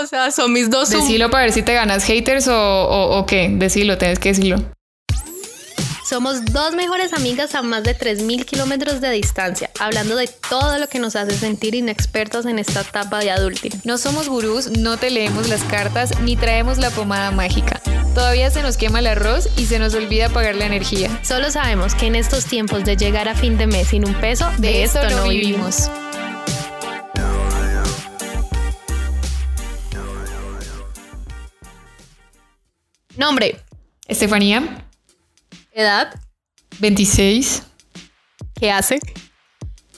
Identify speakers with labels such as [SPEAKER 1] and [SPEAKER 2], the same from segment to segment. [SPEAKER 1] o sea, son mis dos.
[SPEAKER 2] Decilo para ver si te ganas haters o, o, o qué. Decilo, tienes que decirlo.
[SPEAKER 3] Somos dos mejores amigas a más de 3.000 kilómetros de distancia, hablando de todo lo que nos hace sentir inexpertos en esta etapa de adulting.
[SPEAKER 2] No somos gurús, no te leemos las cartas ni traemos la pomada mágica. Todavía se nos quema el arroz y se nos olvida pagar la energía.
[SPEAKER 3] Solo sabemos que en estos tiempos de llegar a fin de mes sin un peso, de,
[SPEAKER 2] De
[SPEAKER 3] esto, no vivimos.
[SPEAKER 2] vivimos.
[SPEAKER 3] Nombre,
[SPEAKER 2] Estefanía,
[SPEAKER 3] edad,
[SPEAKER 2] 26.
[SPEAKER 3] ¿qué hace?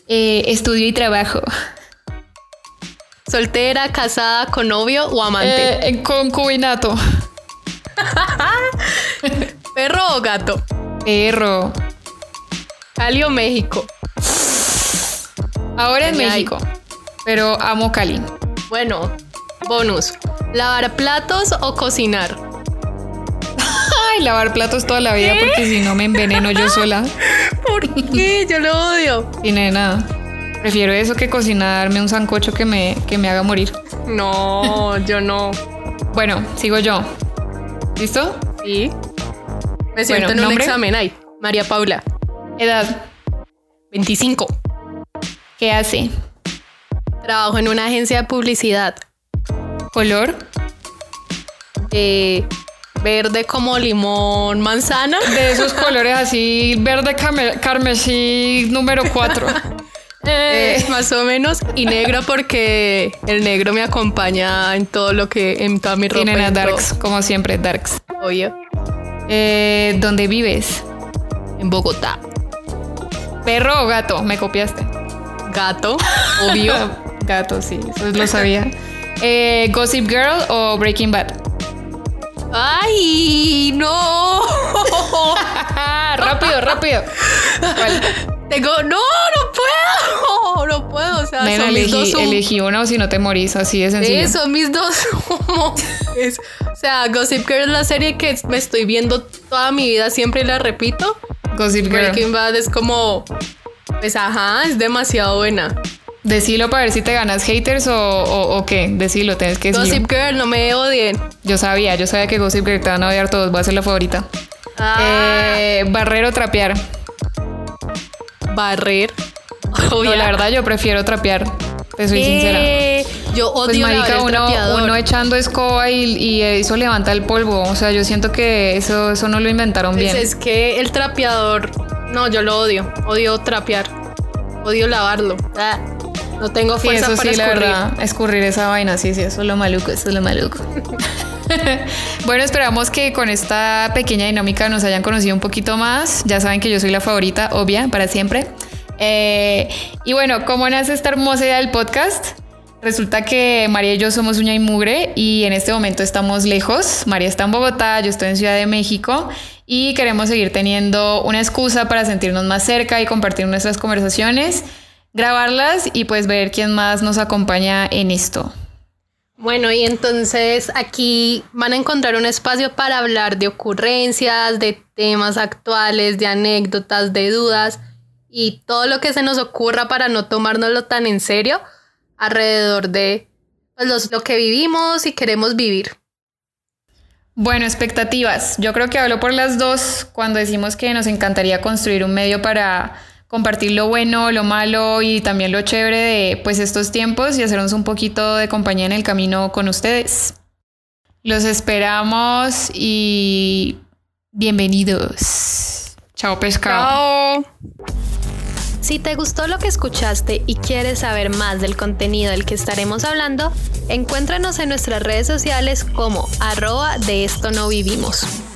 [SPEAKER 2] Eh, estudio y trabajo.
[SPEAKER 3] Soltera, casada, con novio o amante.
[SPEAKER 2] Eh, en concubinato.
[SPEAKER 3] Perro o gato.
[SPEAKER 2] Perro.
[SPEAKER 3] Cali o México.
[SPEAKER 2] Ahora en
[SPEAKER 3] Ay, ay.
[SPEAKER 2] México. Pero amo Cali.
[SPEAKER 3] Bueno, bonus. Lavar platos o cocinar.
[SPEAKER 2] Ay, lavar platos toda la vida porque si no me enveneno yo sola.
[SPEAKER 3] ¿Por qué? Yo lo odio.
[SPEAKER 2] Y no hay nada. Prefiero eso que cocinarme un sancocho que me, que me haga morir.
[SPEAKER 3] No, yo no.
[SPEAKER 2] Bueno, sigo yo. ¿Listo?
[SPEAKER 3] Sí. Me siento en un
[SPEAKER 2] ¿nombre?
[SPEAKER 3] examen ahí. María Paula,
[SPEAKER 2] Edad.
[SPEAKER 3] 25.
[SPEAKER 2] ¿Qué hace?
[SPEAKER 3] Trabajo en una agencia de publicidad.
[SPEAKER 2] Color.
[SPEAKER 3] Eh, verde como limón, manzana.
[SPEAKER 2] De esos colores así, verde carme- carmesí número 4.
[SPEAKER 3] Eh, más o menos. Y negro porque el negro me acompaña en todo lo que, en toda mi ropa.
[SPEAKER 2] Tienen
[SPEAKER 3] y
[SPEAKER 2] a
[SPEAKER 3] en todo.
[SPEAKER 2] Darks, como siempre, Darks.
[SPEAKER 3] Obvio.
[SPEAKER 2] Eh, ¿Dónde vives?
[SPEAKER 3] En Bogotá.
[SPEAKER 2] ¿Perro o gato? Me copiaste.
[SPEAKER 3] Gato, obvio.
[SPEAKER 2] Gato, sí, eso Pues lo sabía. Eh, ¿Gossip Girl o Breaking Bad?
[SPEAKER 3] ¡Ay, no!
[SPEAKER 2] rápido, rápido. ¿Cuál?
[SPEAKER 3] Tengo. ¡No, no puedo! No puedo. O sea,
[SPEAKER 2] Nena,
[SPEAKER 3] son mis dos
[SPEAKER 2] elegí,
[SPEAKER 3] humos.
[SPEAKER 2] elegí una o si no te morís, así de sencillo.
[SPEAKER 3] Sí, son mis dos humos. Es- O sea, Gossip Girl es la serie que me estoy viendo toda mi vida, siempre la repito.
[SPEAKER 2] Gossip Girl.
[SPEAKER 3] Breaking Bad es como. Pues ajá, es demasiado buena.
[SPEAKER 2] Decilo para ver si te ganas haters o, o, o qué. Decilo, tienes que decirlo.
[SPEAKER 3] Gossip Girl, no me odien.
[SPEAKER 2] Yo sabía, yo sabía que Gossip Girl te van a odiar todos. Voy a ser la favorita.
[SPEAKER 3] Ah,
[SPEAKER 2] Eh, barrer o trapear.
[SPEAKER 3] barrer.
[SPEAKER 2] No,
[SPEAKER 3] Obvio.
[SPEAKER 2] la verdad, yo prefiero trapear. Te soy sincera.
[SPEAKER 3] ah. Eh, Yo odio
[SPEAKER 2] Pues
[SPEAKER 3] lavar
[SPEAKER 2] marica,
[SPEAKER 3] el
[SPEAKER 2] uno,
[SPEAKER 3] trapeador.
[SPEAKER 2] uno echando escoba y, y eso levanta el polvo. O sea, yo siento que eso, eso no lo inventaron
[SPEAKER 3] Pues
[SPEAKER 2] bien.
[SPEAKER 3] es que el trapeador, no, yo lo odio. Odio trapear. Odio lavarlo. Ah, No tengo
[SPEAKER 2] Sí,
[SPEAKER 3] fuerza
[SPEAKER 2] eso
[SPEAKER 3] para
[SPEAKER 2] sí, la
[SPEAKER 3] escurrir.
[SPEAKER 2] verdad, escurrir esa vaina, sí, sí, eso es lo maluco, eso es lo maluco. bueno, esperamos que con esta pequeña dinámica nos hayan conocido un poquito más. Ya saben que yo soy la favorita, obvia, para siempre. Eh, y bueno, ¿cómo nace esta hermosa idea del podcast? Resulta que María y yo somos uña y mugre y en este momento estamos lejos. María está en Bogotá, yo estoy en Ciudad de México y queremos seguir teniendo una excusa para sentirnos más cerca y compartir nuestras conversaciones, grabarlas y pues ver quién más nos acompaña en esto.
[SPEAKER 3] Bueno, y entonces aquí van a encontrar un espacio para hablar de ocurrencias, de temas actuales, de anécdotas, de dudas y todo lo que se nos ocurra para no tomárnoslo tan en serio alrededor de pues, los- lo que vivimos y queremos vivir.
[SPEAKER 2] Bueno, expectativas. Yo creo que hablo por las dos cuando decimos que nos encantaría construir un medio para compartir lo bueno, lo malo y también lo chévere de pues estos tiempos y hacernos un poquito de compañía en el camino con ustedes. Los esperamos y bienvenidos. Chao pescado.
[SPEAKER 3] Si te gustó lo que escuchaste y quieres saber más del contenido del que estaremos hablando, encuéntranos en nuestras redes sociales como arroba de esto no vivimos.